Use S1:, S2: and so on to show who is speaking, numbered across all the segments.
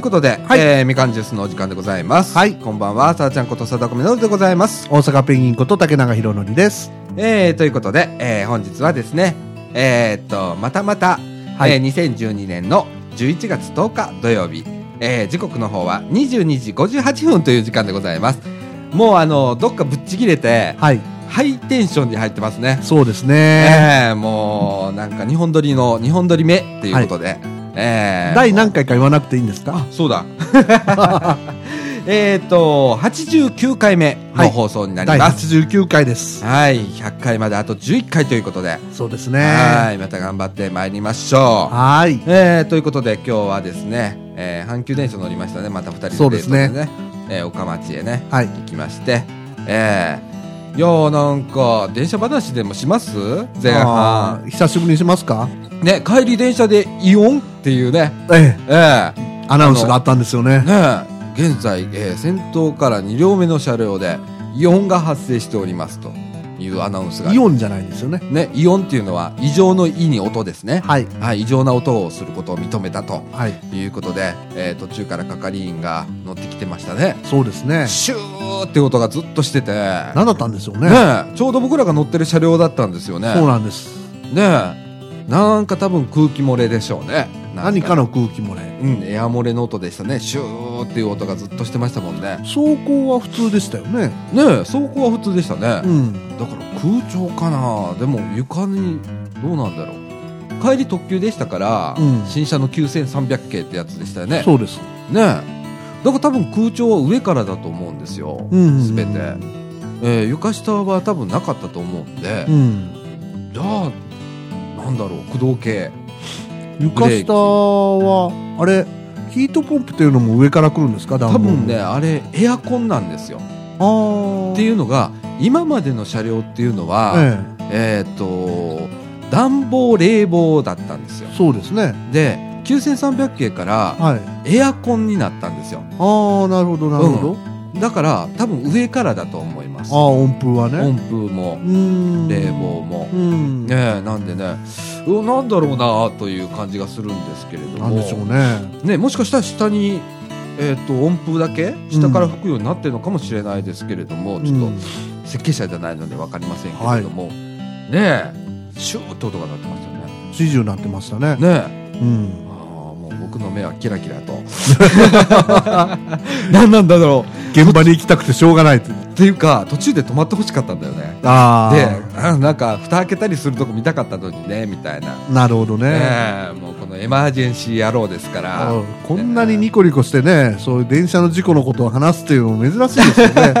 S1: ことで、えーみかんジュースのお時間でございます。
S2: はい
S1: こんばんは、さあちゃんことさだこみのるでございます。
S2: 大阪ペンギンこと竹永宏典です。
S1: えー、ということで、えー本日はですね、えーっと、またまた、
S2: はい
S1: えー2012年の11月10日土曜日、えー時刻の方は22時58分という時間でございます。もうあの、どっかぶっちぎれて、
S2: はい、
S1: ハイテンションに入ってますね。
S2: そうですね。
S1: えーもう、なんか日本撮りの、日本撮り目っていうことで、えー
S2: 第何回か言わなくていいんですか
S1: そうだ。 えっと、89回目の放送になり
S2: 第
S1: ます。
S2: 89回です。
S1: はい、100回まであと11回ということで、
S2: そうですね。
S1: はい、また頑張ってまいりましょう。
S2: はい。
S1: えー、ということで今日はですね、えー、阪急電車乗りましたね、また2人で
S2: そうですね
S1: デートでねえー、岡町へね、
S2: はい。
S1: 行きまして、えー、いやーなんか、電車話でもします前
S2: あ
S1: 半。
S2: ー久しぶりにしますか
S1: ね、帰り電車でイオンっていうね、
S2: ええ、
S1: えー、
S2: アナウンスがあったんですよね。
S1: ねえ現在、えー先頭から2両目の車両で異音が発生しておりますというアナウンスがあ
S2: イ
S1: り
S2: オンじゃないですよね。
S1: ね、異音っていうのは異常の異に音ですね、
S2: はい。
S1: はい、異常な音をすることを認めたと
S2: はい。
S1: いうことで、えー途中から係員が乗ってきてましたね
S2: そうですね。
S1: シューって音がずっとしてて、ね
S2: 何だったんでしょうね。
S1: え、ちょうど僕らが乗ってる車両だったんですよね
S2: そうなんです。
S1: ねえなんか多分空気漏れでしょうねなん
S2: 何かの空気漏れ。
S1: うん、エア漏れの音でしたねシューっていう音がずっとしてましたもんね
S2: 走行は普通でしたよね。
S1: ねえ走行は普通でしたね、
S2: うん。
S1: だから空調かなでも床にどうなんだろう帰り特急でしたから、
S2: うん
S1: 新車の9300系ってやつでしたよね
S2: そうです。
S1: ねえだから多分空調は上からだと思うんですよ、
S2: うんうんうん
S1: 全て、えー床下は多分なかったと思うんで、
S2: うん。
S1: じゃあなんだろう駆動系
S2: 床下は、あれ、ヒートポンプっていうのも上から来るんですか
S1: 多分ね。あれエアコンなんですよ
S2: 暖房ああ。。
S1: っていううのが今までの車両っていうのは、え
S2: え
S1: ー、と暖房冷房だったんですよ
S2: え。そうですね。
S1: で9300系から
S2: はい。
S1: エアコンになったんですよ
S2: ああ、なるほど、なるほど。
S1: だから多分上からだと思います
S2: ああ、音符はね。
S1: 温風も
S2: うーん。
S1: 冷房も
S2: う、ん。
S1: ねえなんでねうなんだろうなという感じがするんですけれど
S2: な
S1: も
S2: んでしょうね。
S1: ねもしかしたら下に、えー、と温風だけ下から吹くようになってるのかもしれないですけれども、ちょっと
S2: うん
S1: 設計者じゃないので分かりませんけれども、ねえシューッと音が鳴ってましたよね。
S2: 四十になってましたね。
S1: ねえ
S2: うん。
S1: ああもう僕の目はキラキラと
S2: 何なんだろう。現場に行きたくてしょうがないと。
S1: っていうか途中で止まってほしかったんだよね
S2: あ
S1: であなんか蓋開けたりするとこ見たかったのにねみたいな、
S2: あ。なるほどね。
S1: ねえもうこのエマージェンシー野郎ですから
S2: あこんなにニコニコしてね、そういう電車の事故のことを話すっていうのも珍しいですよね。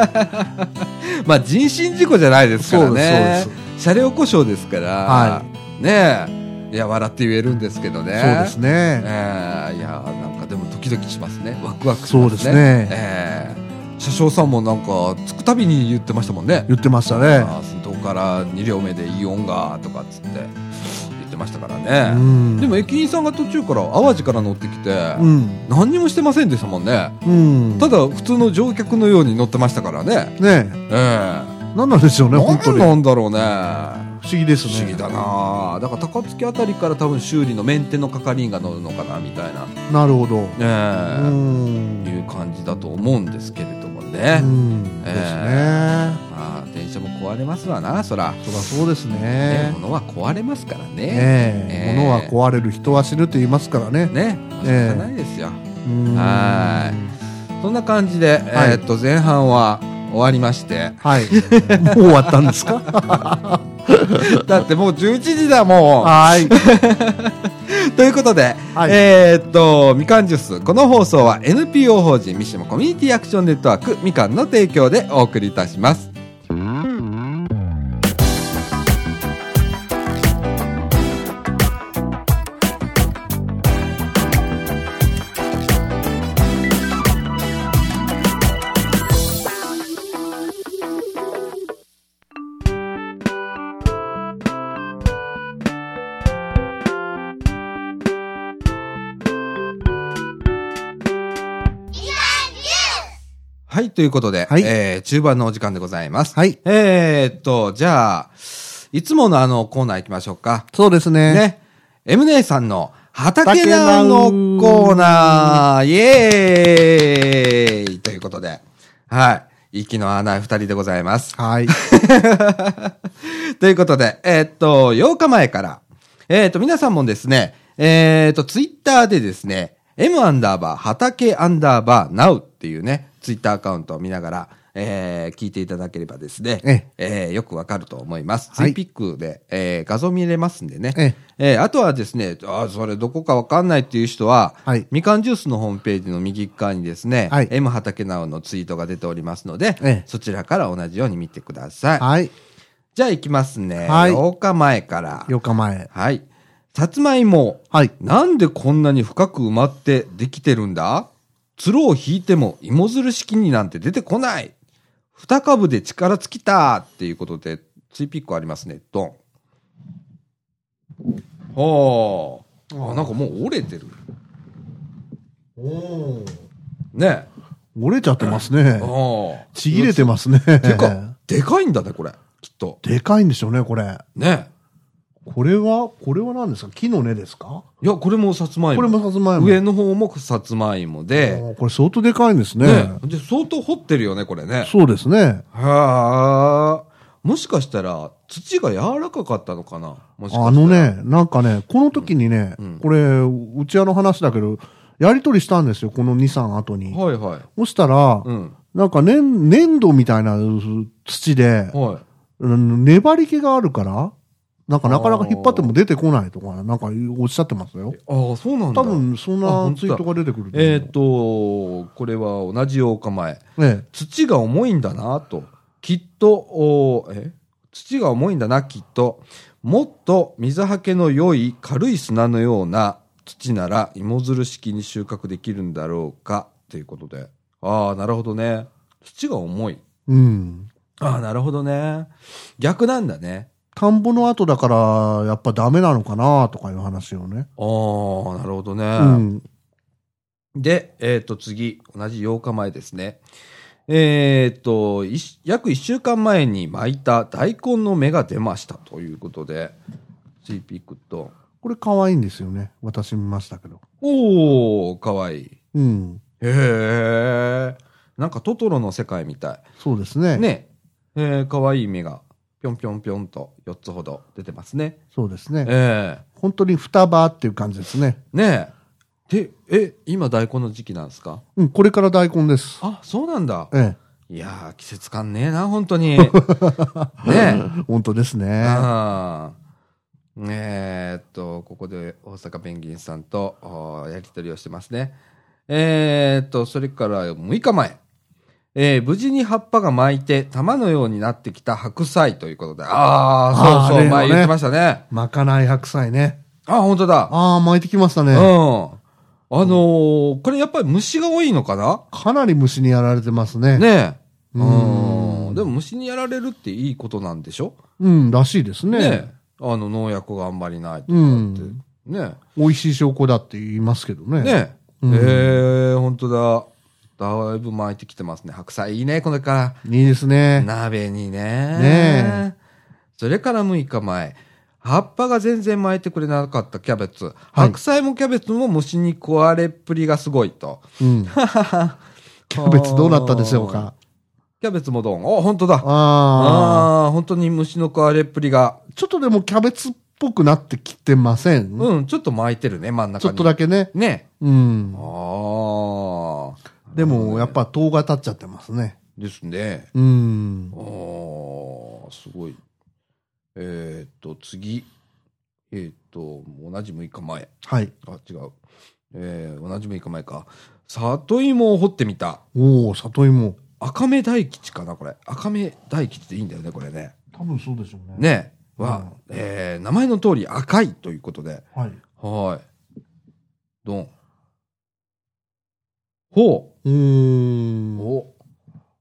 S1: まあ人身事故じゃないですからね
S2: そうですそう
S1: 車両故障ですから、
S2: は
S1: ねえいや笑って言えるんですけどね
S2: そうです
S1: え
S2: ね。
S1: えいやなんかでもドキドキしますねワクワクしますね
S2: そうですね
S1: ええ車掌さんもなんか着くたびに言ってましたもんね
S2: 言ってましたね。
S1: あー先頭から2両目でイオンがとかっつって言ってましたから
S2: う
S1: ね、
S2: ん。
S1: でも駅員さんが途中から淡路から乗ってきて、
S2: うん。
S1: 何にもしてませんでしたもんね
S2: うん。
S1: ただ普通の乗客のように乗ってましたからね
S2: ね
S1: ええ
S2: 何なんでしょうね、本当
S1: 何
S2: に。
S1: なんだろうね
S2: 不思議です
S1: 不思
S2: ね。
S1: 議だ。なだから高槻あたりから多分修理のメンテの係員が乗るのかなみたいな
S2: なるほど。う
S1: ねえ
S2: ん。
S1: いう感じだと思うんですけれどもね、
S2: うん。ですね。
S1: まあ電車も壊れますわなそら、
S2: そりゃそうです
S1: ね
S2: ね。
S1: 物は壊れますからね
S2: ええ
S1: ええ
S2: 物は壊れる人は死ぬと言いますからね。
S1: ね、仕方ないですよ。
S2: うん
S1: はそんな感じで、
S2: はい
S1: えーっと前半は終わりま して、
S2: はい。もう終わったんですか
S1: だってもう11時だも
S2: はい。
S1: ん。ということで、
S2: はい
S1: えーっとみかんジュースこの放送は NPO 法人三島コミュニティアクションネットワークみかんの提供でお送りいたします。はいということで、
S2: はい
S1: えー中盤のお時間でございます。
S2: はい。
S1: えーっとじゃあいつものあのコーナー行きましょうか。
S2: そうですね。
S1: ね。M 姉さんの畑菜のコーナー、イエーイということで、はい。息の合わない二人でございます。
S2: はい。
S1: ということで、えーっと、8日前から、えーっと、皆さんもですね、えーっと、ツイッターでですね、m アンダーバー、畑アンダーバー、now っていうね、ツイッターアカウントを見ながら、えー聞いていただければですね、
S2: え
S1: えーよくわかると思います。ツ
S2: はい
S1: イピックで、えー画像見れますんでね。
S2: ええ
S1: えーあとはですね、あーそれどこかわかんないっていう人は、
S2: はい
S1: みかんジュースのホームページの右側にですね、
S2: はい
S1: M 畑直のツイートが出ておりますので、
S2: ええ
S1: そちらから同じように見てください。
S2: はい。
S1: じゃあ行きますね。
S2: はい
S1: 8日前から。
S2: 8日前。
S1: はい。さつまいも。
S2: はい。
S1: なんでこんなに深く埋まってできてるんだつるを引いても芋づる式になんて出てこない。二株で力尽きたっていうことで、ツイピックありますね。ドン。はあ。あ、なんかもう折れてる。ね
S2: 折れちゃってますね
S1: え。。ああ。
S2: ちぎれてますね。
S1: てか、でかいんだね、これ。きっと。
S2: でかいんでしょうね、これ。
S1: ねえ。
S2: これは、これは何ですか木の根ですか
S1: いや、これもさつまいも。
S2: これもさつまいも。
S1: 上の方もさつまいもで、
S2: あーこれ相当でかいんですね。
S1: ね、で相当掘ってるよね、これね。
S2: そうですね。
S1: はあ。もしかしたら、土が柔らかかったのかなもしかしたら
S2: あの。ね、なんかね、この時にね、これ、うちわの話だけど、やりとりしたんですよ、この2、3後に。
S1: はいはい。
S2: そしたら、
S1: うん。
S2: なんか粘粘土みたいな土で、
S1: は
S2: うん粘り気があるから、なんかなかなか引っ張っても出てこないとか、なんかおっしゃってますよ
S1: い。。ああ、そうなんだ。
S2: 多。分そん
S1: あ本
S2: な
S1: 当
S2: ツイ
S1: だ
S2: ートが出てくると思う
S1: えっ、と、これは同じ8日前。
S2: え
S1: 土が重いんだなと。きっと、おーえ土が重いんだな、きっと。もっと水はけの良い軽い砂のような土なら芋づる式に収穫できるんだろうかということで。ああ、なるほどね。土が重い。
S2: えうん。
S1: ああ、なるほどね。逆なんだね。
S2: 田んぼの後だから、やっぱダメなのかなとかいう話をね。
S1: ああ、なるほどね。
S2: うん。
S1: で、えっ、と、次、同じ8日前ですね。えっ、と、いし約1週間前に巻いた大根の芽が出ましたということで、スイピックと、
S2: これ可愛いんですよね。私見ましたけど。
S1: おー、かわいい。
S2: うん。
S1: へえ。なんかトトロの世界みた
S2: そうですね。
S1: い。ね。えー、かわいい芽が、ぴょんぴょんぴょんと4つほど出てますね。
S2: そうですね。
S1: ええ
S2: 本当に双葉っていう感じですね。
S1: ねえ。で、え、今大根の時期なんですか
S2: うん、これから大根です。
S1: あ、そうなんだ。
S2: え
S1: いやー、季節感ねえな、本当に。ねえ。
S2: え。本当ですね。
S1: あーえーっと、ここで大阪ペンギンさんとあーやり取りをしてますね。えーっと、それから6日前。えー無事に葉っぱが巻いて玉のようになってきた白菜ということで。ああ、そう
S2: あー
S1: そう、
S2: 例のね
S1: 前言ってましたね。
S2: まかない白菜ね。
S1: あー本当だ。
S2: ああ、巻いてきました
S1: うん。
S2: ね。
S1: あのーこれやっぱり虫が多いのかな
S2: かなり虫にやられてますね。
S1: ねえ。う
S2: うんん。
S1: でも虫にやられるっていいことなんでしょ
S2: うん、らしいです
S1: ね
S2: ね。
S1: えあの農薬があんまりないとかって。
S2: うん
S1: ね
S2: 美味しい証拠だって言いますけど
S1: え。
S2: ね。
S1: ねえ。
S2: うん
S1: ええ本当だ。だいぶ巻いてきてますね。白菜いいね、これか
S2: いいです
S1: ら。
S2: ね。
S1: 鍋にね。
S2: ね
S1: それから6日前。葉っぱが全然巻いてくれなかったキャベツ。白菜もキャベツも虫に食われっぷりがすごいと。
S2: うん。キャベツどうなったでしょうか。
S1: キャベツもどん。お、本当だ。
S2: ああ。
S1: ああ、本当に虫の食われっぷりが。
S2: ちょっとでもキャベツっぽくなってきてません、
S1: うん、ちょっと巻いてるね、真ん中に。
S2: ちょっとだけね。
S1: ね。
S2: うん
S1: あ。あ。
S2: でも、やっぱ塔が立っちゃってますね。
S1: ですね。
S2: うん
S1: あ。あ、すごい。えー、っと、次。えー、っと、同じ6日前。
S2: はい。
S1: あ、違う。えー、同じ6日前か。里芋を掘ってみた。
S2: おお、里芋。
S1: 赤目大吉かな、これ。赤目大吉でいいんだよね、これね。
S2: 多分そうでしょうね。。
S1: ね。は、えー、名前の通り赤いということで。
S2: はい。
S1: はい。ドン。ほ
S2: うー
S1: う。
S2: ん。
S1: お、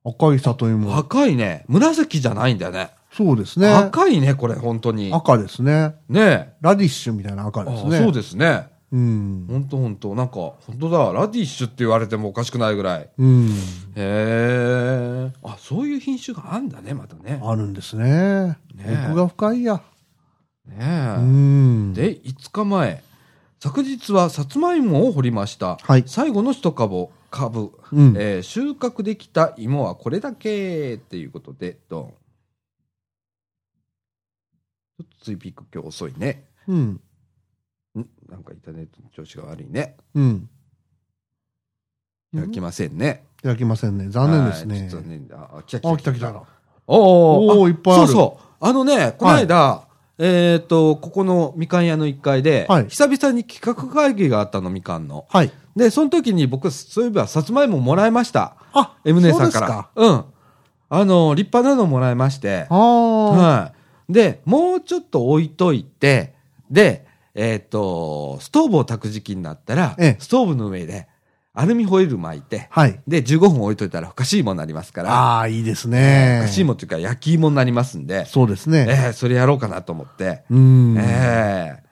S2: 赤い里芋。
S1: 赤いね。紫じゃないんだよね。
S2: そうですね。
S1: 赤いね、これ、本当に。
S2: 赤ですね。
S1: ね
S2: ラディッシュみたいな赤
S1: え。
S2: です
S1: あ
S2: ね。
S1: そうですね。
S2: うん。
S1: 本当本当なんか、本当だ。ラディッシュって言われてもおかしくないぐらい。
S2: うん。
S1: へえ。あ、そういう品種があんだね、またね。
S2: あるんですね。
S1: ね
S2: 奥が深いや。う
S1: ねえ。
S2: ん。
S1: で、5日前、昨日はさつまいもを掘りました、
S2: はい
S1: 最後の一株株、
S2: うん
S1: えー収穫できた芋はこれだけっていうことでドンちょっとツイピック今日遅いね
S2: うん。
S1: んなんかインターネットの調子が悪いね
S2: うん。
S1: いただきませんね、
S2: いただきませんね。残念です
S1: は
S2: ね
S1: いちょっ。と残念だあ来た来た
S2: あ、来た来た。
S1: おー
S2: おー
S1: あ
S2: いっぱいある
S1: そうそう。あのね、この間、えっ、と、ここのみかん屋の1階で、
S2: はい
S1: 久々に企画会議があったの、みかんの。
S2: はい。
S1: で、その時に僕、そういえば、さつまいももらいました。
S2: あ
S1: M 姉さん
S2: そうです
S1: から。
S2: か
S1: うん。あの、立派なのもらいまして。
S2: ああ。
S1: はい。で、もうちょっと置いといて、で、えっ、と、ストーブを炊く時期になったら、
S2: ええ
S1: ストーブの上で、アルミホイル巻いて、
S2: はい。
S1: で、15分置いといたら、ふかし芋になりますから。
S2: ああ、いいですね。
S1: おかしいもというか焼き芋になりますんで、
S2: そうです
S1: え
S2: ね。
S1: えそれやろうかなと思って、
S2: うん。
S1: ええ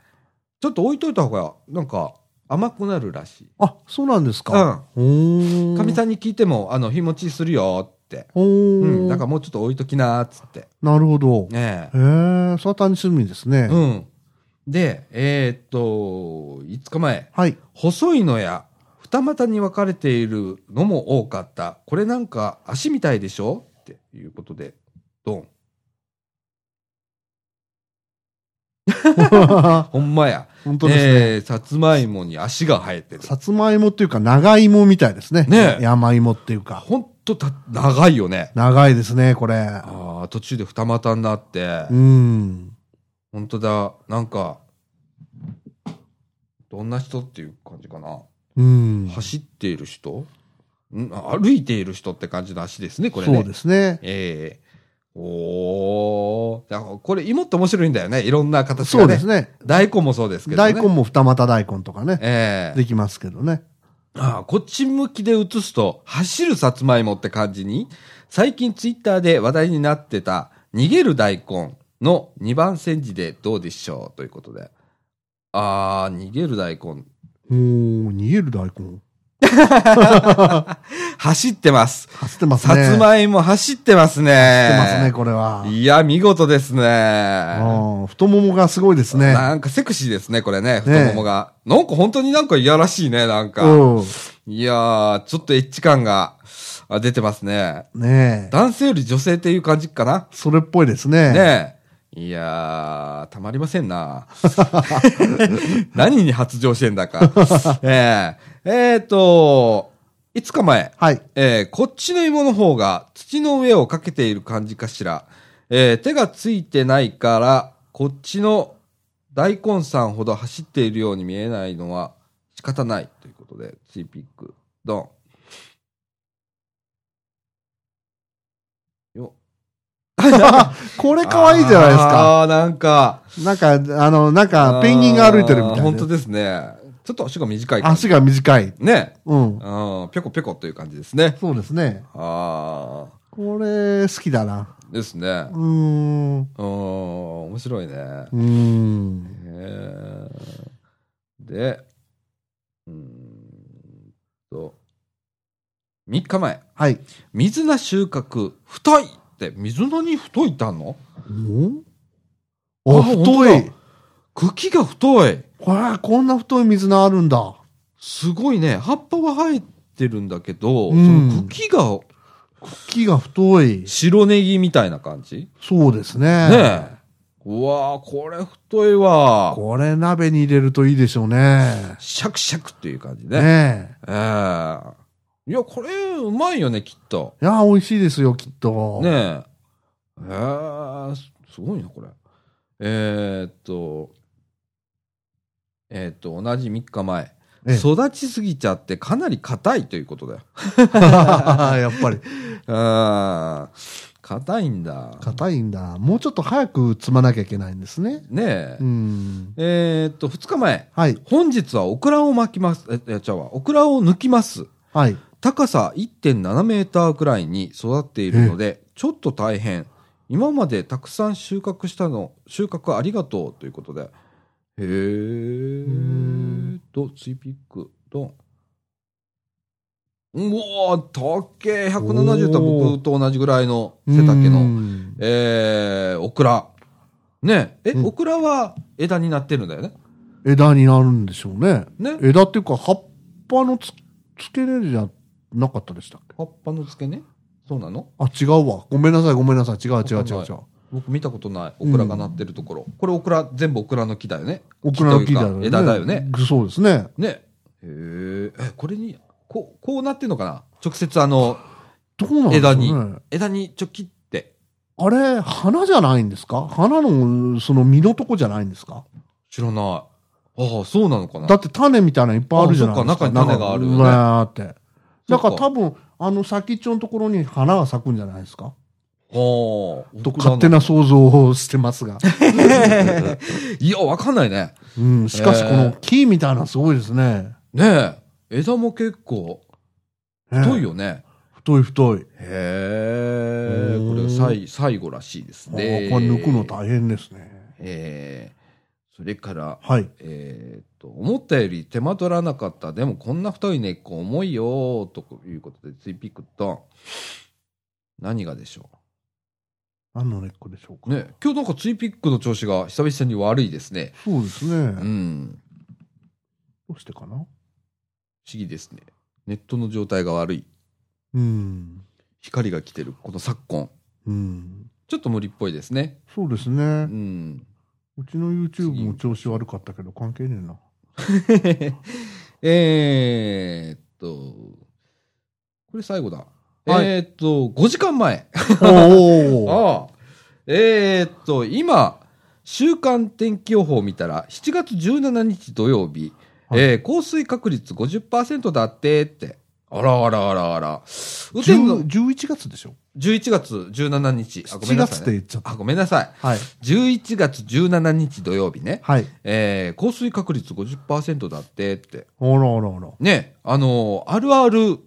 S1: ちょっと置いといた方が、なんか甘くなるらしい。
S2: あ、そうなんですか。うん。
S1: かみさんに聞いても、あの、日持ちするよって。
S2: お
S1: うん、
S2: ー。
S1: だからもうちょっと置いときなーっつって。
S2: なるほど。へ
S1: ええ
S2: え、サタニスミですね。
S1: うん。で、えーっと、5日前、
S2: はい。
S1: 細いのや二股に分かれているのも多かった。これなんか足みたいでしょっていうことで、ドン。ほんまや。
S2: 本当ですね。
S1: えーさつまいもに足が生えてる。
S2: さつまいもっていうか、長芋みたいですね。
S1: ねえ
S2: 山芋っていうか。
S1: ほんとた、長いよね。
S2: 長いですね、これ。
S1: ああ、途中で二股になって
S2: う、ん。
S1: ほんとだ、なんか、どんな人っていう感じかな。
S2: うん。
S1: 走っている人ん歩いている人って感じの足ですね、これね。
S2: そうですね。
S1: ええおー。だからこれ、芋って面白いんだよね。いろんな形
S2: そ
S1: が
S2: う
S1: ね。
S2: ですね。
S1: 大根もそうですけどね。
S2: 大根も二股大根とかね。
S1: ええ
S2: できますけどね。
S1: ああこっち向きで映すと、走るさつまいもって感じに、最近ツイッターで話題になってた、逃げる大根の2番煎じでどうでしょうということで。あー、逃げる大根。
S2: おー、逃げる大根。
S1: 走ってます。
S2: 走ってますね。
S1: さつまいも走ってますね。
S2: 走ってますね、これは。
S1: いや、見事ですね。
S2: うん太ももがすごいですね。
S1: なんかセクシーですね、これね、
S2: ね
S1: 太ももが。なんか本当になんかいやらしいね、なんか。
S2: うん。
S1: いやー、ちょっとエッチ感があ出てますね。
S2: ねえ。
S1: 男性より女性っていう感じかな。
S2: それっぽいですね。
S1: ねえ。いやー、たまりませんな。 何に発情してんだか。えええーと、5日前、
S2: はい。
S1: えーこっちの芋の方が土の上をかけている感じかしら。えー手がついてないから、こっちの大根さんほど走っているように見えないのは仕方ないということで、ツイピック、ドン。よ
S2: これ可愛いじゃないですか。
S1: あーなんか。
S2: なんか、あの、なんか、ペンギンが歩いてるみたい
S1: あー
S2: な。
S1: 本当ですね。ちょっと足が短い感じ。
S2: 足が短い。
S1: ね。
S2: うん。
S1: うん、ぴょこぴょこという感じですね。
S2: そうですね。
S1: ああ、
S2: これ、好きだな。
S1: ですね
S2: う。ーん。う
S1: うん、面白いね。へ
S2: ーん。
S1: えで、うーんと、3日前、
S2: はい。
S1: 水菜収穫、太いって、水菜に太いってあんのあ
S2: おあ、太
S1: 本当
S2: い。
S1: 茎が太い。
S2: これ、こんな太い水菜あるんだ。
S1: すごいね。葉っぱは生えてるんだけど、
S2: うん
S1: その茎が
S2: 茎が太い。
S1: 白ネギみたいな感じ
S2: そうです
S1: ね
S2: ね。
S1: え。うわーこれ太いわ
S2: これ、鍋に入れるといいでしょうね。
S1: シャクシャクっていう感じね。
S2: ね
S1: ええいや、これ、うまいよね、きっと。
S2: え。いや、美味しいですよ、きっと。
S1: ねえ。えーすすごいな、これ。えーっと、えーっと、同じ3日前。
S2: ええ
S1: 育ちすぎちゃってかなり硬いということだよ。
S2: やっぱり。
S1: あー硬いんだ。
S2: 硬いんだ。もうちょっと早く摘まなきゃいけないんですね。
S1: ねえ。
S2: うん。
S1: えーっと、2日前。
S2: はい。
S1: 本日はオクラを巻きます。え、えちゃうわ。オクラを抜きます。
S2: はい。
S1: 高さ1.7メーターくらいに育っているので、ちょっと大変。今までたくさん収穫したの、収穫ありがとうということで。へー
S2: ん
S1: と、ツイピック、ドン。うおー、高え、170と
S2: おー
S1: 僕と同じぐらいの背丈
S2: う
S1: の、
S2: ん
S1: えー、オクラ。ねえ、
S2: うん
S1: オクラは枝になってるんだよね。
S2: 枝になるんでしょうね。
S1: ね
S2: 枝っていうか、葉っぱのつ付け根じゃなかったでしたっけ
S1: 葉っぱの付け根そうなの
S2: あ、違うわ。ごめんなさい、ごめんなさい。違う、違う、違う、違う。
S1: 僕見たことない。オクラがなってるところ。これオクラ、全部オクラの木だよね。
S2: オクラの木だよ
S1: 木という
S2: ね。
S1: か枝だよね。。
S2: そうですね。
S1: ね。へーえ、これに、こう、こうなってんのかな直接あの、
S2: どうなんです
S1: 枝
S2: か
S1: に
S2: ね。
S1: 枝にちょきって。
S2: あれ、花じゃないんですか花の、その実のとこじゃないんですか
S1: 知らない。ああ、そうなのかな
S2: だって種みたいなのいっぱいあるじゃないですか。
S1: あそっか中に種があるよね
S2: うわーって。だから
S1: そっ
S2: 多分、あの先っちょのところに花が咲くんじゃないですか
S1: ああ、
S2: と勝手な想像をしてます が。
S1: いや、わかんないね。
S2: うん、しかしこの木みたいなのすごいですね。
S1: ねえ。枝も結構、
S2: ね
S1: 太い。よね。
S2: 太い太い。
S1: へえ。
S2: う
S1: こ
S2: ん
S1: れさい、最後らしいです
S2: ああこ
S1: ね
S2: れ。抜くの大変ですね。
S1: えーそれから、
S2: はい。
S1: えーっと、思ったより手間取らなかった。でもこんな太い根っこ重いよーということで、ついピクトン。何がでしょ
S2: 何の根っこでしょう
S1: う
S2: か。
S1: ね、今日なんかツイピックの調子が久々に悪いですね。
S2: そうです
S1: う
S2: ね。
S1: ん。
S2: どうしてかな
S1: 不思議ですね。ネットの状態が悪い。
S2: うん。
S1: 光が来てる、この昨今。
S2: うん。
S1: ちょっと無理っぽいですね。
S2: そうです
S1: う
S2: ね。
S1: ん。
S2: うちの YouTube も調子悪かったけど関係ねえ な。
S1: えーっと、これ最後だ。
S2: はい
S1: えーっと、5時間前。
S2: お
S1: あ
S2: お。
S1: あ。えーっと、今、週間天気予報を見たら、7月17日土曜日、
S2: はい
S1: えー降水確率50%だってって。あらあらあらあら。雨天の
S2: 11月でしょ
S1: 11月17日。あ、ごめ
S2: ?7
S1: んなさ
S2: 月
S1: い、
S2: って
S1: ね。
S2: 言っちゃった。
S1: あ、ごめんなさい。
S2: はい。
S1: 11月17日土曜日ね。
S2: はい。
S1: えー降水確率50%だってって。
S2: あらあらあら。
S1: ね、あのー、あるある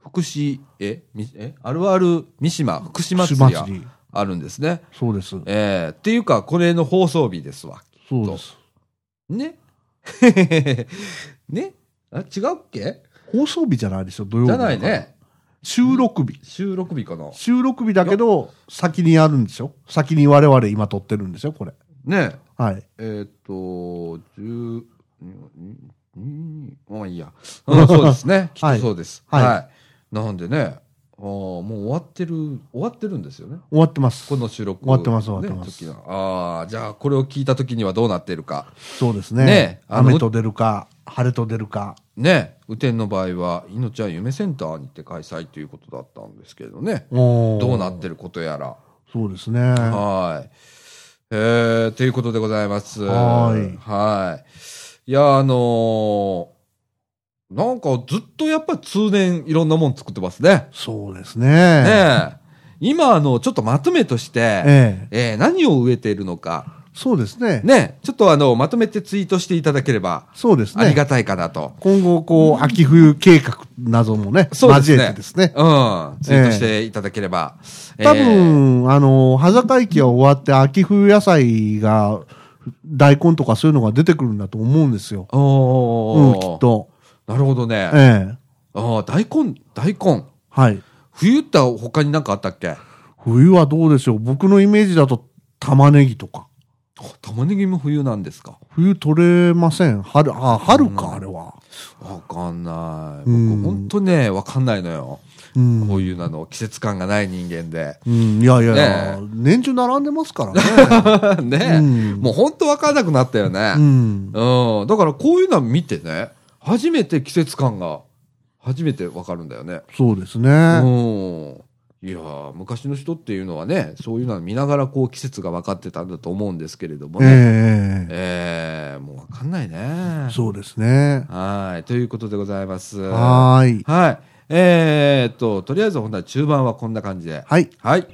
S1: 福祉、え、みえ、あるある三島、福島祭りが
S2: り。
S1: あるんですね。
S2: そうです。
S1: えー、っていうか、これの放送日ですわ。
S2: そうです。
S1: ね ねあ違うっけ
S2: 放送日じゃないでしょ土曜
S1: じ
S2: 日
S1: ゃ
S2: だ
S1: な
S2: から
S1: い。ね。
S2: 収録日。
S1: 収録日かな。
S2: 収録日だけど、先にやるんでしょ先に我々今撮ってるんでしょこれ。
S1: ね
S2: はい。
S1: えっ、と、十、んんまあいいや。 うんそうですね。きっとそうです。は。
S2: はいい
S1: なんでね、あーもう終わってる、終わってるんですよね。
S2: 終わってます
S1: こ。の収録、ね、
S2: 終わってます終わってます
S1: 時のああ、じゃあこれを聞いた時にはどうなっているか。
S2: そうですね。
S1: ねあの
S2: 雨と出るか、晴れと出るか。
S1: ね、雨天の場合は、いのちゃん夢センターにて開催ということだったんですけれどね。
S2: ど
S1: どうなってることやら。
S2: そうですね。は
S1: はい。えー、ということでございます。
S2: はい
S1: はい。いや、あのーなんかずっとやっぱり通年いろんなもん作ってますね。
S2: そうです
S1: ね
S2: ね。
S1: え今、あの、ちょっとまとめとして、
S2: ええ。
S1: えー何を植えているのか、
S2: そうですね。
S1: ね、ちょっとあの、まとめてツイートしていただければ、
S2: そうです
S1: あり
S2: ね。
S1: がたいかなと。
S2: 今後、こう、秋冬計画などもね、
S1: そうですね
S2: 交えてですね。
S1: うん、ツイートしていただければ。
S2: 多
S1: えー
S2: 分、あの、葉坂期は終わって秋冬野菜が、大根とかそういうのが出てくるんだと思うんですよ。うん、
S1: お
S2: き
S1: ー
S2: っと。
S1: なるほどね。
S2: ええ。
S1: ああ、大根、大根。
S2: はい。
S1: 冬って他に何かあったっけ
S2: 冬はどうでしょう僕のイメージだと玉ねぎとか。
S1: あ玉ねぎも冬なんですか
S2: 冬取れません。春、あ、春か、あれは。
S1: わかんない。
S2: うん
S1: 僕、ほんとね、わかんないのよ。
S2: うん。
S1: こういうなの、季節感がない人間で。
S2: うん、いやいやいや、
S1: ね
S2: 年中並んでますから ね。
S1: ね、
S2: うん
S1: もうほんとわかんなくなったよね
S2: う。ん。
S1: うん、だからこういうの見てね、初めて季節感が、初めてわかるんだよね。
S2: そうです
S1: う
S2: ね。
S1: ん。いやー昔の人っていうのはね、そういうのを見ながらこう季節が分かってたんだと思うんですけれども
S2: え
S1: ね。
S2: え
S1: え
S2: え
S1: ーもう分かんないね
S2: え。そうですね。
S1: はい。ということでございます。
S2: はーい。
S1: はい。えー、っと、とりあえず、ほんなら中盤はこんな感じで。
S2: はい。
S1: はい。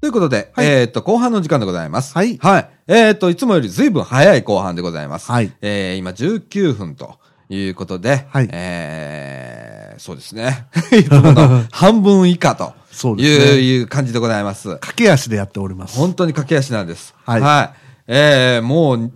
S1: ということで、
S2: はい
S1: えーっと、後半の時間でございます。
S2: はい
S1: はい。えーっと、いつもより随分早い後半でございます。
S2: はい
S1: えー、今19分ということで、
S2: はい
S1: えー、そうですね。 いつも の半分以下と。
S2: そう
S1: い
S2: です
S1: う、
S2: ね
S1: いう感じでございます。
S2: 駆け足でやっております。
S1: 本当に駆け足なんです。
S2: はい
S1: えー、もう23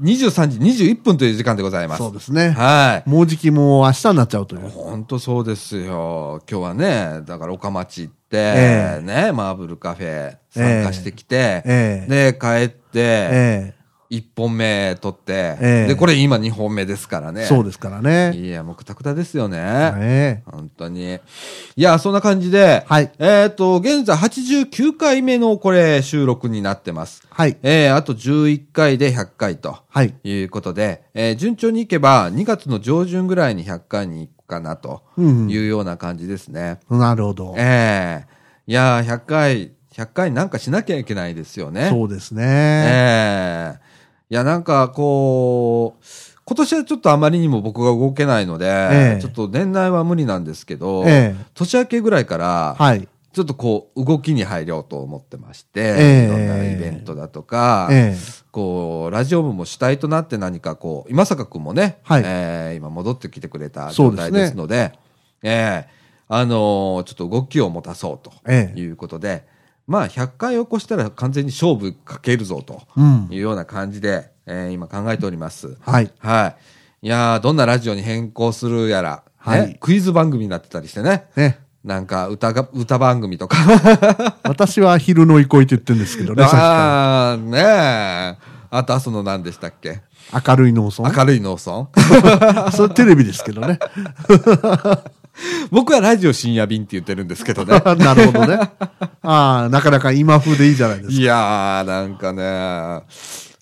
S1: 時21分という時間でございます。
S2: そうですね。
S1: はい。
S2: もうじきもう明日になっちゃうという。
S1: 本当そうですよ。今日はね、だから岡町行って、
S2: ええ
S1: ね、マーブルカフェ参加してきて、
S2: ええ
S1: で、帰って、
S2: え
S1: 一1本目取って、
S2: ええ
S1: で、これ今2本目ですから
S2: え
S1: ね。
S2: そうですからね。
S1: いや、もうくたくたですよね。
S2: え
S1: 本当に。いや、そんな感じで、
S2: はい
S1: えっ、と、現在89回目のこれ収録になってます。
S2: はい
S1: えーあと11回で100回と。
S2: はい。
S1: いうことで、えー順調にいけば、2月の上旬ぐらいに100回に行くかなと
S2: うん
S1: いうような感じですね。
S2: なるほど。
S1: ええいやー、100回、100回なんかしなきゃいけないですよね。
S2: そうです
S1: え
S2: ね。
S1: えいや、なんかこう、今年はちょっとあまりにも僕が動けないので、
S2: ええ
S1: ちょっと年内は無理なんですけど、
S2: ええ
S1: 年明けぐらいから、
S2: はい。
S1: ちょっとこう、動きに入ろうと思ってまして、
S2: ええ
S1: いろんなイベントだとか、
S2: ええ
S1: こう、ラジオ部も主体となって何かこう、今坂君もね、
S2: はい
S1: えー今戻ってきてくれた状
S2: そうです
S1: 態
S2: ね
S1: ですので、ええあのーちょっと動きを持たそうと
S2: ええ
S1: いうことで、まあ、100回を越したら完全に勝負かけるぞと
S2: うん
S1: いうような感じで、えー今考えております。
S2: はい。
S1: はい。いやーどんなラジオに変更するやら、ね
S2: はい
S1: クイズ番組になってたりしてね。
S2: ね。
S1: なんか歌が、歌番組とか。
S2: 私は昼の憩いって言ってるんですけ どね、さっきか
S1: ああ、ねえ。あとはその何でしたっけ
S2: ら明るい農村。
S1: 明るい農村
S2: それテレビですけどね。
S1: 僕はラジオ深夜便って言ってるんですけ どね。
S2: なるほどね。ああ、なかなか今風でいいじゃないですか。
S1: いやー、なんかね。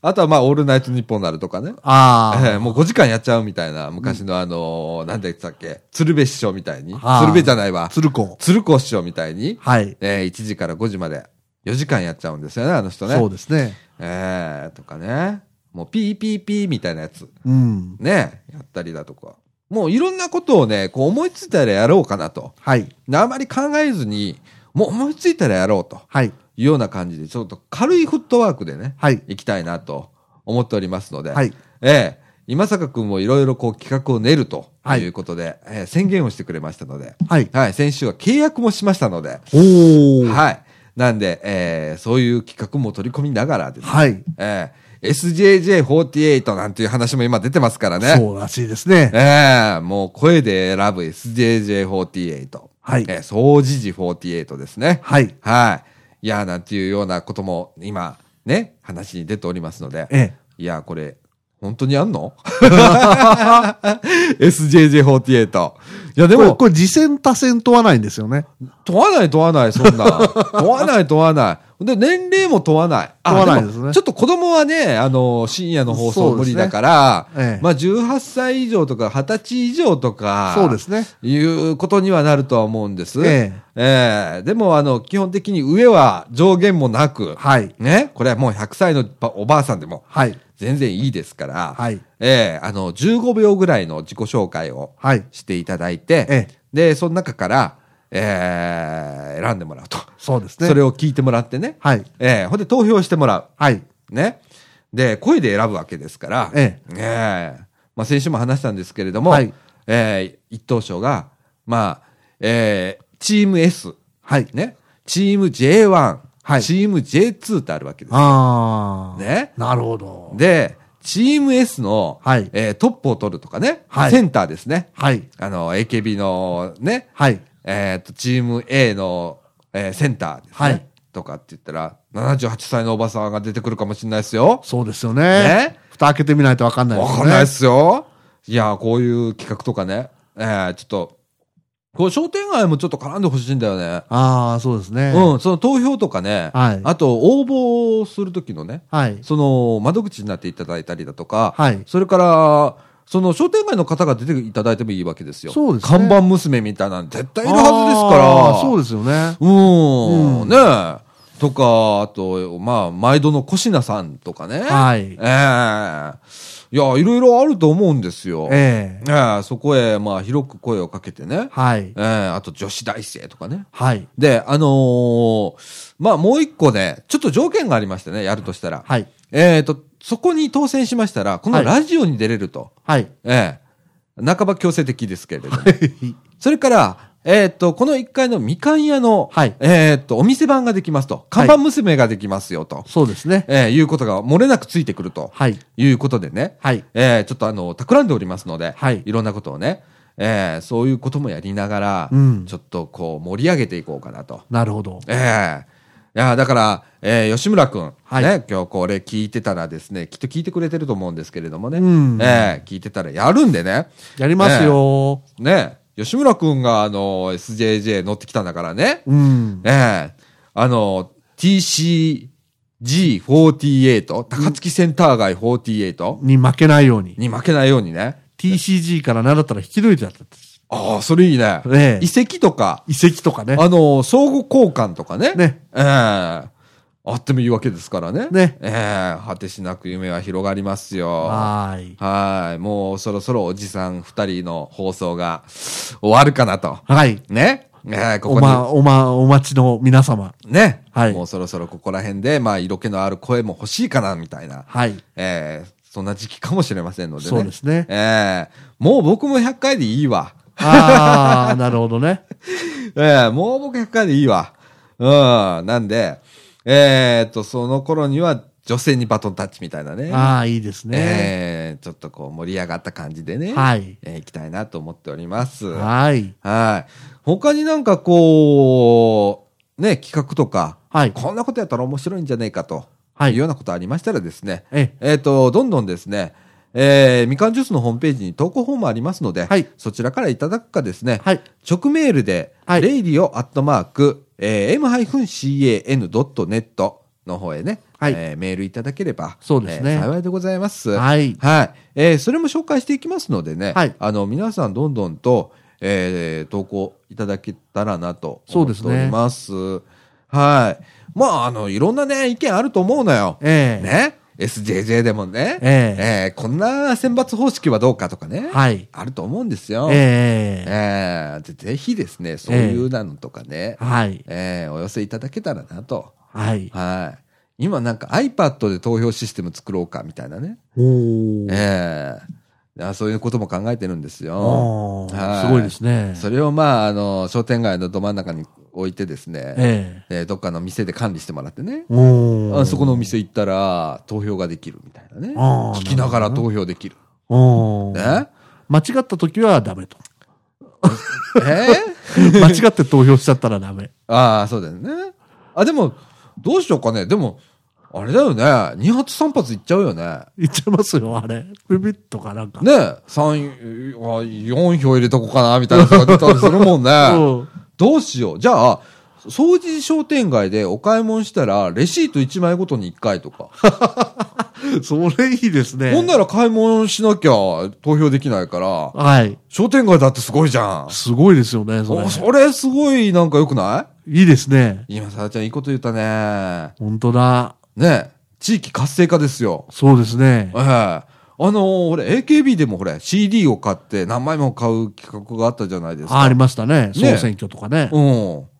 S1: あとはまあ、オールナイトニッポンなるとかね。
S2: あ
S1: ええもう5時間やっちゃうみたいな、昔のあのー、なんでしたっけ鶴瓶師匠みたいに。
S2: あー
S1: 鶴瓶じゃないわ
S2: あ、。鶴子。
S1: 鶴子師匠みたいに、
S2: はい。
S1: えー1時から5時まで4時間やっちゃうんですよね、あの人ね。
S2: そうですね。
S1: ええとかね。もうピーピーピーみたいなやつ。
S2: うん。
S1: ね、やったりだとか。もういろんなことをね、こう思いついたらやろうかなと。
S2: はい。
S1: であまり考えずに、もう思いついたらやろうと
S2: はい。
S1: いうような感じで、ちょっと軽いフットワークでね、
S2: はい
S1: 行きたいなと思っておりますので、
S2: はい
S1: ええ今坂君もいろいろこう企画を練ると
S2: はい
S1: いうことで、ええ宣言をしてくれましたので、
S2: はい。
S1: 先週は契約もしましたので、
S2: おー。
S1: はい。なんで、ええそういう企画も取り込みながらですね、
S2: はい。
S1: ええ SJJ48 なんていう話も今出てますからね。
S2: そうらしいですね。
S1: ええもう声で選ぶ SJJ48。
S2: はい
S1: えー、総持寺48ですね。
S2: はい。
S1: はい。いやー、なんていうようなことも今、ね、話に出ておりますので。
S2: ええ
S1: いやー、これ、本当にあん の ?SJJ48。いや、で
S2: でも、
S1: も、
S2: これ、次戦多戦問わないんですよね。
S1: 問わない問わない、そん な。問わない問わない。で、年齢も問わない。あ
S2: 問わないですね
S1: もちょっと子供はね、あの、深夜の放送
S2: そ
S1: 無
S2: うで
S1: 理
S2: すね
S1: だから、
S2: ええ
S1: まあ、18歳以上とか、20歳以上とか、
S2: そうですね。
S1: いうことにはなるとは思うんです。
S2: ええ
S1: ええでも、あの、基本的に上は上限もなく、
S2: はい。
S1: ね、これはもう100歳のおばあさんでも
S2: はい。
S1: 全然いいですから、
S2: はい
S1: ええあの、15秒ぐらいの自己紹介を
S2: はい。
S1: していただいて、
S2: ええ
S1: で、その中から、ええ選んでもらうと。
S2: そうですね。
S1: それを聞いてもらってね。
S2: はい。
S1: ええほんで投票してもらう。
S2: はい。
S1: ね。で、声で選ぶわけですから、
S2: え
S1: ええまあ、先週も話したんですけれども、
S2: はい
S1: ええ一等賞が、まあ、ええチーム S、
S2: はい。
S1: ね、チーム J1、
S2: はい
S1: チーム J2 ってあるわけです。
S2: ああ。
S1: ね。
S2: なるほど。
S1: で、チーム S の、
S2: はい
S1: ええトップを取るとかね、
S2: はい
S1: センターですね。
S2: はい。
S1: あの、AKB のね、
S2: はい。
S1: えっ、と、チーム A の、えーセンターですね。
S2: はい
S1: とかって言ったら、78歳のおばさんが出てくるかもしれないですよ。
S2: そうですよ
S1: ね
S2: ね。蓋開けてみないとわかんないです
S1: わ
S2: ね。
S1: かんないですよ。いや、こういう企画とかね。えー、ちょっと、こう商店街もちょっと絡んでほしいんだよね。
S2: ああ、そうですね。
S1: うん、その投票とかね、
S2: はい
S1: あと応募するときのね、
S2: はい。
S1: その窓口になっていただいたりだとか、
S2: はい
S1: それから、その商店街の方が出ていただいてもいいわけですよ。
S2: そうですね
S1: 看板娘みたいなの絶対いるはずですから。
S2: あーそうですよね。
S1: うん、
S2: うん
S1: ねえ。とか、あと、まあ、毎度のコシナさんとかね。
S2: はい
S1: ええいや、いろいろあると思うんですよ。え
S2: ええ
S1: えそこへ、まあ、広く声をかけてね。
S2: はい
S1: ええ。あと、女子大生とかね。
S2: はい。
S1: で、あのーまあ、もう一個ね、ちょっと条件がありましてね、やるとしたら。
S2: はい。
S1: えっ、と、そこに当選しましたら、この
S2: はい
S1: ラジオに出れると。
S2: はい。
S1: ええ半ば強制的ですけれども。それから、えっ、と、この1階のみかん屋の、
S2: はい
S1: えっ、と、お店番ができますと。看板娘ができますよと。
S2: そうですね。
S1: ええいうことが漏れなくついてくると。
S2: はい。
S1: い。うことでね。
S2: はい
S1: ええちょっとあの、企んでおりますので。
S2: はい
S1: ろんなことをね。ええそういうこともやりながら、
S2: うん
S1: ちょっとこう盛り上げていこうかなと。
S2: なるほど。
S1: ええいや、だから、えー吉村くん、
S2: はい
S1: ね、今日これ聞いてたらですね、きっと聞いてくれてると思うんですけれどもね、
S2: うん
S1: ええ聞いてたらやるんでね、
S2: やりますよ。
S1: ね、吉村くんが、あの、SJJ 乗ってきたんだからね、
S2: うん。
S1: ええあの、TCG48、高槻センター街48
S2: に負けないように。
S1: に負けないようにね、
S2: TCG から何だったら引き抜いてやったんです。
S1: ああ、それいいね、
S2: ええ
S1: 遺跡とか、
S2: 遺跡とかね。
S1: あの、相互交換とかね。
S2: ね
S1: ええあってもいいわけですからね。
S2: ね
S1: ええ果てしなく夢は広がりますよ。
S2: はーい。
S1: はい。もうそろそろおじさん二人の放送が終わるかなと。
S2: はい。
S1: ね。ええこ
S2: お
S1: こ
S2: ま、
S1: に。
S2: おま、お待ちの皆様。
S1: ね。
S2: はい
S1: もうそろそろここら辺で、まあ、色気のある声も欲しいかな、みたいな。
S2: はい。
S1: ええそんな時期かもしれませんのでね。
S2: そうですね
S1: ええもう僕も100回でいいわ。
S2: あ あ、なるほどね。
S1: ええもう僕100回でいいわ。うん。なんで、えーっと、その頃には女性にバトンタッチみたいなね。
S2: ああ、いいですね。
S1: ええちょっとこう盛り上がった感じでね。
S2: はい
S1: えー行きたいなと思っております。は
S2: はい。
S1: い。他になんかこう、ね、企画とか、
S2: はい
S1: こんなことやったら面白いんじゃねえかと。
S2: はい
S1: いうようなことありましたらですね。
S2: ええ
S1: えーっと、どんどんですね、えーみかんジュースのホームページに投稿フォームありますので、
S2: はい
S1: そちらからいただくかですね、
S2: はい。
S1: 直メールで、
S2: はい
S1: radio.mark、えー m-can.net の方へね、
S2: はい
S1: えーメールいただければ、
S2: そうですね
S1: えー幸いでございます。
S2: はい
S1: えーそれも紹介していきますのでね、
S2: はい
S1: あの、皆さんどんどんと、えー投稿いただけたらなと
S2: そ
S1: 思
S2: うで
S1: って
S2: す
S1: お
S2: ね
S1: ります。はい。まあ、あの、いろんなね、意見あると思うのよ。
S2: ええ
S1: ね。SJJ でもね、
S2: ええ
S1: えーこんな選抜方式はどうかとかね、
S2: はい
S1: あると思うんですよ。
S2: ええ
S1: ええぜぜひですね、そういうなのとかね、え
S2: はい。
S1: えお寄せいただけたらなと。
S2: はい。
S1: はい。今なんか iPad で投票システム作ろうかみたいなね。
S2: おー。
S1: ええあそういうことも考えてるんですよ
S2: お。ーすごいですね。
S1: それをまあ、あの、商店街のど真ん中に置いてですね、
S2: え
S1: ええどっかの店で管理してもらってね。
S2: えお
S1: あそこ
S2: の。
S1: のお店行ったら投票ができるみたいなね。
S2: あー
S1: 聞きながら投票できる。
S2: おー
S1: ね、
S2: 間違った時はダメと。
S1: ええ
S2: 間違って投票しちゃったらダメ。
S1: ああ、そうだよね。あ、でも、どうしようかね。でも、あれだよね。2発3発いっちゃうよね。
S2: 言っちゃいますよ、あれ。ビビッとかなんか。
S1: ねえ、3、あ4票入れとこうかな、みたいな人が出たりするもんね。
S2: うん
S1: どうしよう。じゃあ、掃除商店街でお買い物したら、レシート1枚ごとに1回とか。
S2: それいいですね。
S1: ほんなら買い物しなきゃ投票できないから、
S2: はい。
S1: 商店街だってすごいじゃん。
S2: すごいですよね、それ
S1: お。それすごいなんか良くない
S2: いいですね。
S1: 今、さらちゃんいいこと言ったね。
S2: 本当だ。
S1: ねえ、地域活性化ですよ。
S2: そうですね
S1: え。えあのー、俺、AKB でもほれ、CD を買って何枚も買う企画があったじゃないです
S2: あ
S1: か。
S2: ありましたね。
S1: ね
S2: 総選挙とかね。
S1: う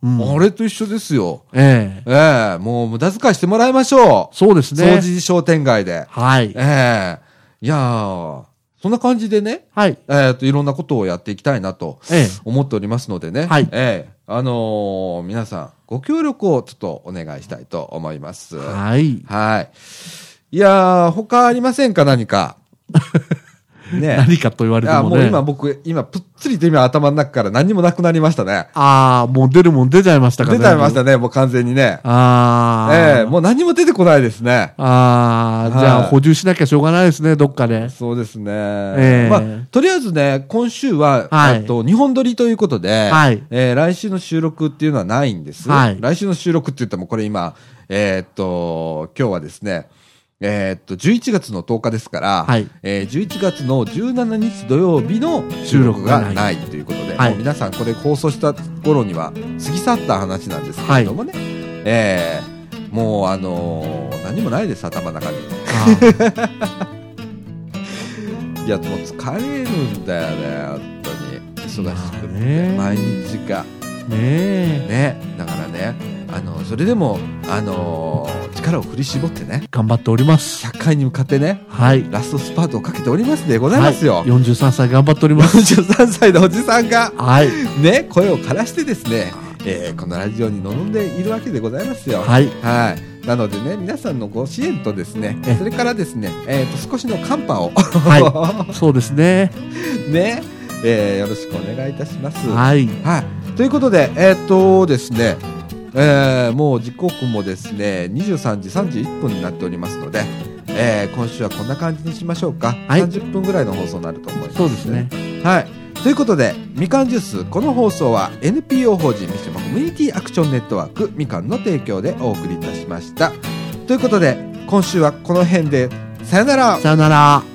S1: ん。
S2: うん
S1: あれと一緒ですよ。
S2: ええ
S1: ええもう無駄遣いしてもらいましょう。
S2: そうです
S1: 掃
S2: ね。
S1: 除商店街で。
S2: はい
S1: ええ。いやー、そんな感じでね、
S2: はい。
S1: えっと、いろんなことをやっていきたいなと
S2: ええ
S1: 思っておりますのでね。
S2: はい
S1: ええあのー皆さん、ご協力をちょっとお願いしたいと思います。
S2: はい。
S1: はい。いやー、他ありませんか何 か。ね
S2: 何かと言わ
S1: い
S2: れて
S1: や、
S2: も
S1: もう
S2: ね。
S1: 今僕、今、ぷっつりと今頭の中から何にもなくなりましたね。
S2: ああ、もう出るもん出ちゃいましたか
S1: 出
S2: ね。
S1: てましたね、もう完全にね。
S2: ああ。
S1: ええもう何も出てこないですね。
S2: ああ、じゃあ
S1: はい
S2: 補充しなきゃしょうがないですね、どっか で。
S1: そうですね。
S2: ええ
S1: まあ、とりあえずね、今週は、
S2: はい
S1: えっと、日本撮りということで、
S2: はい
S1: えー来週の収録っていうのはないんです。
S2: はい
S1: 来週の収録って言っても、これ今、えーっと、今日はですね、えーっと、11月の10日ですから、
S2: はい
S1: えー11月の17日土曜日の収録がないということで、
S2: はい
S1: もう皆さんこれ放送した頃には過ぎ去った話なんですけれどもね、えーもうあのー何もないです頭の中にいやもう疲れるんだよね本当に忙しく
S2: まあね
S1: て毎日が
S2: ねえ
S1: ねだからねあのそれでもあのー力を振り絞ってね
S2: 頑張っております
S1: 100回に向かってね
S2: はい
S1: ラストスパートをかけておりますでございますよ、
S2: はい、43歳頑張っております
S1: 43歳のおじさんが
S2: はい
S1: ね声を枯らしてですね、えーこのラジオに臨んでいるわけでございますよ
S2: はい
S1: はいなのでね皆さんのご支援とですね
S2: え
S1: それからですね、えー、と少しのカンパを
S2: はいそうですね
S1: ね、えーよろしくお願いいたします。は
S2: はい
S1: い、ということでえっ、とですねえーもう時刻もですね23時31分になっておりますので、えー今週はこんな感じにしましょうか、
S2: はい
S1: 30分ぐらいの放送になると思います
S2: そうですね
S1: はい。ということで、みかんジュース、この放送は NPO 法人三島コミュニティアクションネットワークみかんの提供でお送りいたしました。ということで、今週はこの辺で、さよなら
S2: さよなら